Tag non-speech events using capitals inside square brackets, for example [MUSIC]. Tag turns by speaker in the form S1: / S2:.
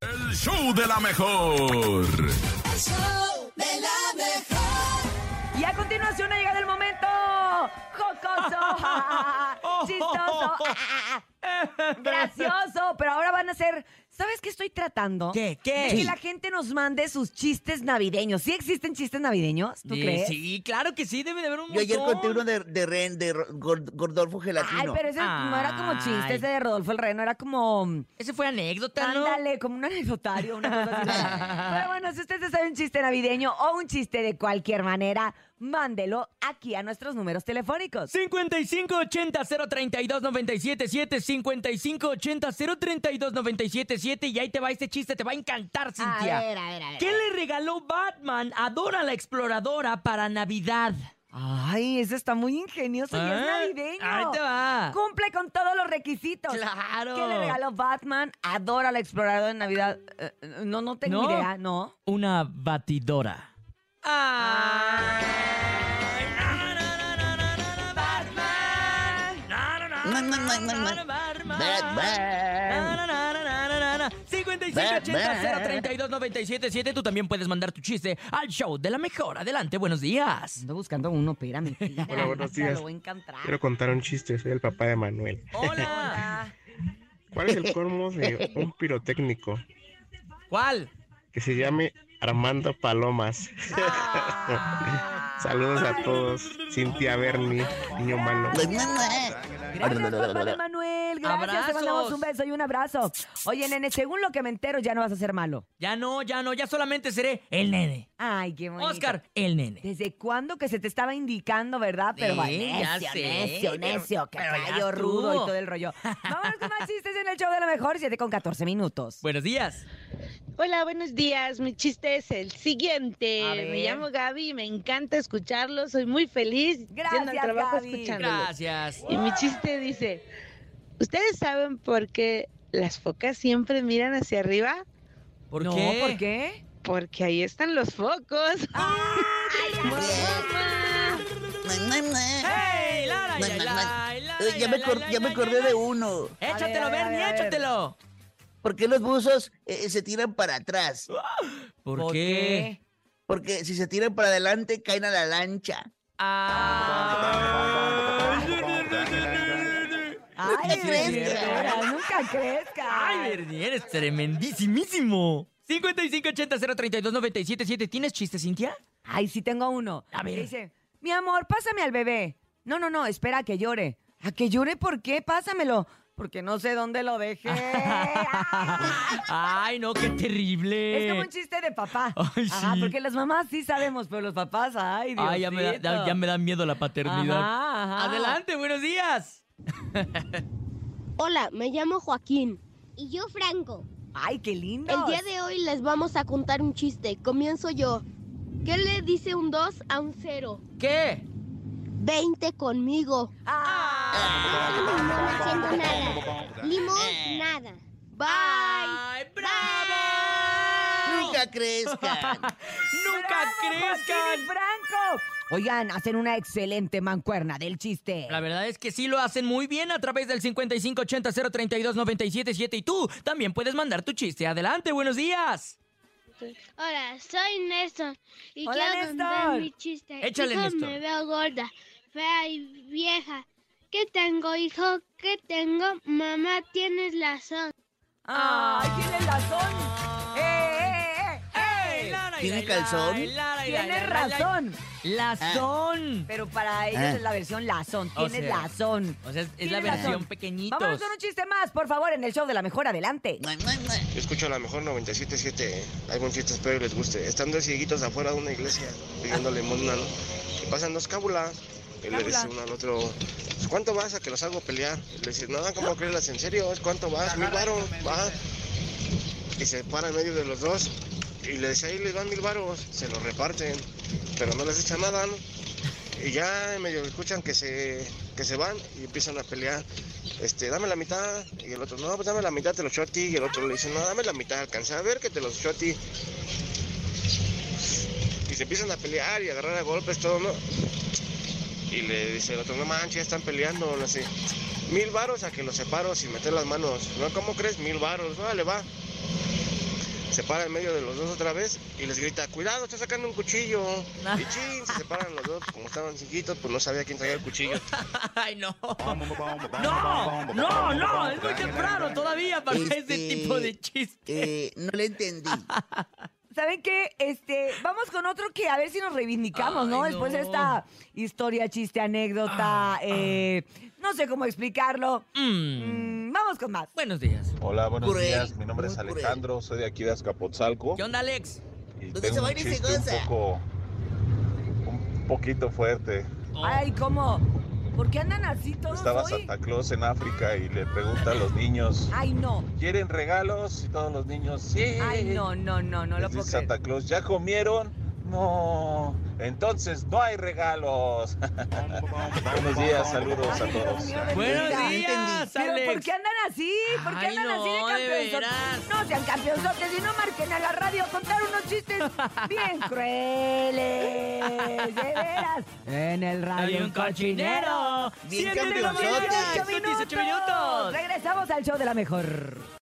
S1: El show de la mejor.
S2: El show de la mejor.
S3: Y a continuación ha llegado el momento
S4: [LAUGHS]
S3: jocoso, [LAUGHS] chistoso, gracioso. Pero ahora van a ser, ¿sabes qué estoy tratando?
S4: ¿Qué?
S3: De que
S4: ¿Qué?
S3: la gente nos mande sus chistes navideños. ¿Sí existen chistes navideños? ¿Tú
S4: Sí,
S3: crees?
S4: Sí, claro que sí, debe de haber un
S5: Yo ayer
S4: montón.
S5: conté uno de, de Ren, de Ro- Gord- Gordolfo
S3: Ay,
S5: Gelatino.
S3: pero ese no era como chiste,
S4: Ay.
S3: ese de Rodolfo el Reno era como...
S4: Ese fue anécdota, ¿no?
S3: Ándale, como un anecdotario, una cosa
S4: [LAUGHS]
S3: así. Pero bueno, si usted se sabe un chiste navideño o un chiste de cualquier manera, mándelo aquí a nuestros números telefónicos.
S4: 5580-032-977, 5580-032-977, y ahí te va este chiste, te va a encantar, Cintia.
S3: ver, a ver, a ver.
S4: ¿Qué le regaló Batman a Dora la Exploradora para Navidad?
S3: Ay, ese está muy ingenioso y Pues es
S4: ¿Ah?
S3: navideño.
S4: Ahí te va.
S3: Cumple con todos los requisitos.
S4: Claro.
S3: ¿Qué le regaló Batman? Adora la exploradora en Navidad. Eh, no, no tengo
S4: No.
S3: idea, ¿no?
S4: Una batidora.
S5: Na, na, na, na, na. Batman.
S4: 5580-032-977. Tú también puedes mandar tu chiste al show de la mejor. Adelante, buenos días.
S3: Ando buscando uno,
S4: [LAUGHS]
S3: espérame. espérame,
S6: Hola, buenos
S3: ahorita
S6: días.
S3: Lo voy a encontrar.
S6: Quiero contar un chiste, soy el papá de Manuel.
S4: Hola.
S3: Hola.
S6: ¿Cuál es el colmo de un pirotécnico?
S4: ¿Cuál?
S6: Que se llame Armando
S5: [LAUGHS]
S6: Palomas.
S3: Ah.
S4: [LAUGHS]
S6: Saludos a todos. Cintia Berni, niño malo.
S3: Gracias, papá de Manuel. Gracias. Te mandamos
S4: Abrazos.
S3: un beso y un abrazo. Oye, nene, según lo que me entero, ya no vas a ser malo.
S4: Ya no, ya no, ya solamente seré el nene.
S3: Ay, qué bonito.
S4: Oscar, el nene.
S3: ¿Desde cuándo que se te estaba indicando, verdad? Pero
S4: Sí,
S3: bueno,
S4: ya
S3: necio,
S4: sé,
S3: necio,
S4: pero-
S3: necio, que
S4: pero ya
S3: callo rudo y
S4: estuvo.
S3: todo el rollo. Vámonos con más chistes en el show de la mejor, 7 con 14 minutos.
S4: Buenos días.
S7: Hola, buenos días. Mi chiste es el siguiente.
S3: A
S7: Me
S3: ver.
S7: llamo Gaby y me encanta escucharlos. Soy muy feliz yendo
S3: Gracias,
S7: al trabajo
S3: Gaby.
S7: escuchándolos.
S4: Gracias.
S7: Y mi chiste dice, ¿ustedes saben por qué las focas siempre miran hacia arriba?
S4: ¿Por
S3: no,
S4: qué?
S3: ¿por qué?
S7: Porque ahí están los focos.
S3: Ah.
S4: ¡Hey! ¡Lara,
S5: Na,
S4: ya,
S5: na,
S4: la,
S5: na.
S4: la,
S5: Eh, Ya
S4: la,
S5: me
S4: la,
S5: acor-
S4: la,
S5: ya me
S4: la,
S5: acordé
S4: la.
S5: de uno.
S3: A
S4: Échatelo,
S3: ver, a
S4: Bernie,
S3: ver, a ver.
S4: échatelo.
S5: ¿Por qué los buzos eh, se tiran para atrás?
S4: ¿Por qué?
S5: Porque si se tiran para adelante caen a la lancha.
S4: Ah.
S3: Ay,
S5: Nunca crezca.
S3: crezca. Nunca crezca.
S4: Ay, Bernie, eres tremendísimísimo. 5580-032-977. ¿Tienes
S3: [LAUGHS]
S4: chiste, Cintia?
S3: Ay, sí tengo uno.
S4: A ver.
S3: Que Dice, mi amor, pásame al bebé. No, no, no, espera a que llore. ¿A que llore por qué? Pásamelo. Porque no sé dónde lo dejé.
S4: [LAUGHS]
S3: Ay.
S4: Ay, no, qué terrible.
S3: Es como un chiste de papá.
S4: Eh, [LAUGHS] Ay,
S3: Ajá,
S4: sí.
S3: porque las mamás sí sabemos, pero los papás, ay, Dios.
S4: Ay, ya me, da, da- ya me da miedo la paternidad.
S3: Ajá, ajá.
S4: Adelante, buenos días.
S8: Hola, me llamo Joaquín. Y yo, Franco.
S3: Ay, qué lindo.
S8: El día de hoy les vamos a contar un chiste. Comienzo yo. ¿Qué le dice un 2 a un 0?
S4: ¿Qué?
S8: 20 conmigo.
S3: Ah.
S8: No me siento nada. Limón, nada. Bye.
S4: ¡Ay, bravo!
S5: Nunca crezcan.
S4: ¡Nunca crezcan!
S3: Franco! Oigan, hacen una excelente mancuerna del chiste.
S4: La verdad es que sí lo hacen muy bien a través del 5580-032-977 y tú también puedes mandar tu chiste. Adelante, buenos días.
S8: Hola, soy Néstor. Y
S3: Hola, quiero contar Néstor. mi
S8: chiste.
S4: Échale, Hijo, Néstor. me
S8: veo gorda, fea y vieja. ¿Qué tengo, hijo? ¿Qué tengo? Mamá, tienes razón.
S3: ¡Ay, tienes razón! ¡Eh, eh, eh!
S4: ¡Ey, Lara,
S5: ¿Tiene
S4: Lara, Lara,
S5: calzón?
S4: Lara,
S3: Tienes
S4: Lara, Lara.
S3: razón.
S4: Ah. Lazón.
S3: Pero para ellos
S4: Eh.
S5: Ah.
S3: es la versión lazón.
S4: O
S3: Tienes
S4: sea,
S3: lazón.
S4: O sea, es, es la
S3: Tienes
S4: versión
S3: razón.
S4: pequeñitos.
S3: Vámonos con un chiste más, por favor, en el show de la mejor. Adelante.
S9: Yo escucho a la mejor 977. Hay buen ¿eh? chiste, espero que les guste. Están dos cieguitos afuera de una iglesia pidiendo limosna. ¿no? Y pasan dos cábulas. Y le dice uno al otro: "Pues, ¿Cuánto vas a que los hago pelear? Y le dice: No, ¿cómo crees? ¿En serio? ¿Es ¿Cuánto vas? Mil varos. Va. Y se para en medio de los dos. Y le dice: Ahí les dan mil varos. Se los reparten. Pero no les echan nada, ¿no? Y ya medio escuchan que se, que se van y empiezan a pelear. Este, dame la mitad. Y el otro, no, pues dame la mitad, te los echo a ti. Y el otro le dice, no, dame la mitad, alcancé a ver que te los echo a ti. Y se empiezan a pelear y a agarrar a golpes, todo, ¿no? Y le dice el otro, no manches, ya están peleando, no sé. Mil varos a que los separo sin meter las manos. No, ¿cómo crees? Mil varos, vale, va. se para en medio de los dos otra vez y les grita, cuidado, está sacando un cuchillo. Y chin, se separan los dos, como estaban chiquitos, pues no sabía quién traía el cuchillo.
S4: [LAUGHS] Ay, no. No, no, no, es muy temprano todavía para ese
S5: Este,
S4: tipo de chiste.
S5: Eh, no le entendí.
S3: ¿Saben qué? Este, vamos con otro que a ver si nos reivindicamos, ¿no?
S4: Ay,
S3: Después
S4: no.
S3: de
S4: Ah,
S3: esta historia, chiste, anécdota, eh, no sé cómo explicarlo.
S4: Mm,
S3: Mm, vamos con más.
S4: Buenos días.
S10: Hola, buenos
S5: Cruel,
S10: días. Mi nombre es
S5: muy cruel.
S10: Alejandro, soy de aquí de Azcapotzalco.
S4: ¿Qué onda, Alex?
S10: Y
S5: Donde se
S10: tengo un
S5: baila y se
S10: chiste un
S5: goza.
S10: poco, un poquito fuerte.
S3: Ay, ¿cómo? ¿Por qué andan así todos
S10: Estaba
S3: hoy?
S10: Santa Claus en África y le pregunta a los niños,
S3: Ay, no.
S10: ¿quieren regalos? Y todos los niños, sí.
S3: Ay, no, no, no, no lo
S10: Les
S3: puedo
S10: dice
S3: creer.
S10: Santa Claus, ¿ya comieron? No, entonces no hay regalos. buenos días, saludos
S3: Ay,
S10: a
S3: Dios
S10: todos.
S3: mío, bendita.
S4: Buenos
S5: entendí.
S4: días,
S3: Pero,
S4: Alex.
S3: ¿por qué andan así? ¿Por qué
S4: Ay,
S3: andan así de
S4: no, de veras.
S3: campeonzotes? No sean campeonzotes y no marquen a la radio a contar unos chistes
S4: [LAUGHS]
S3: bien crueles, de veras. En el
S4: Hay
S3: radio
S4: un cochinero.
S5: Bien
S4: Siete de la mañana,
S5: campeonzotes.
S4: con 18 minutos.
S3: Regresamos al show de la mejor.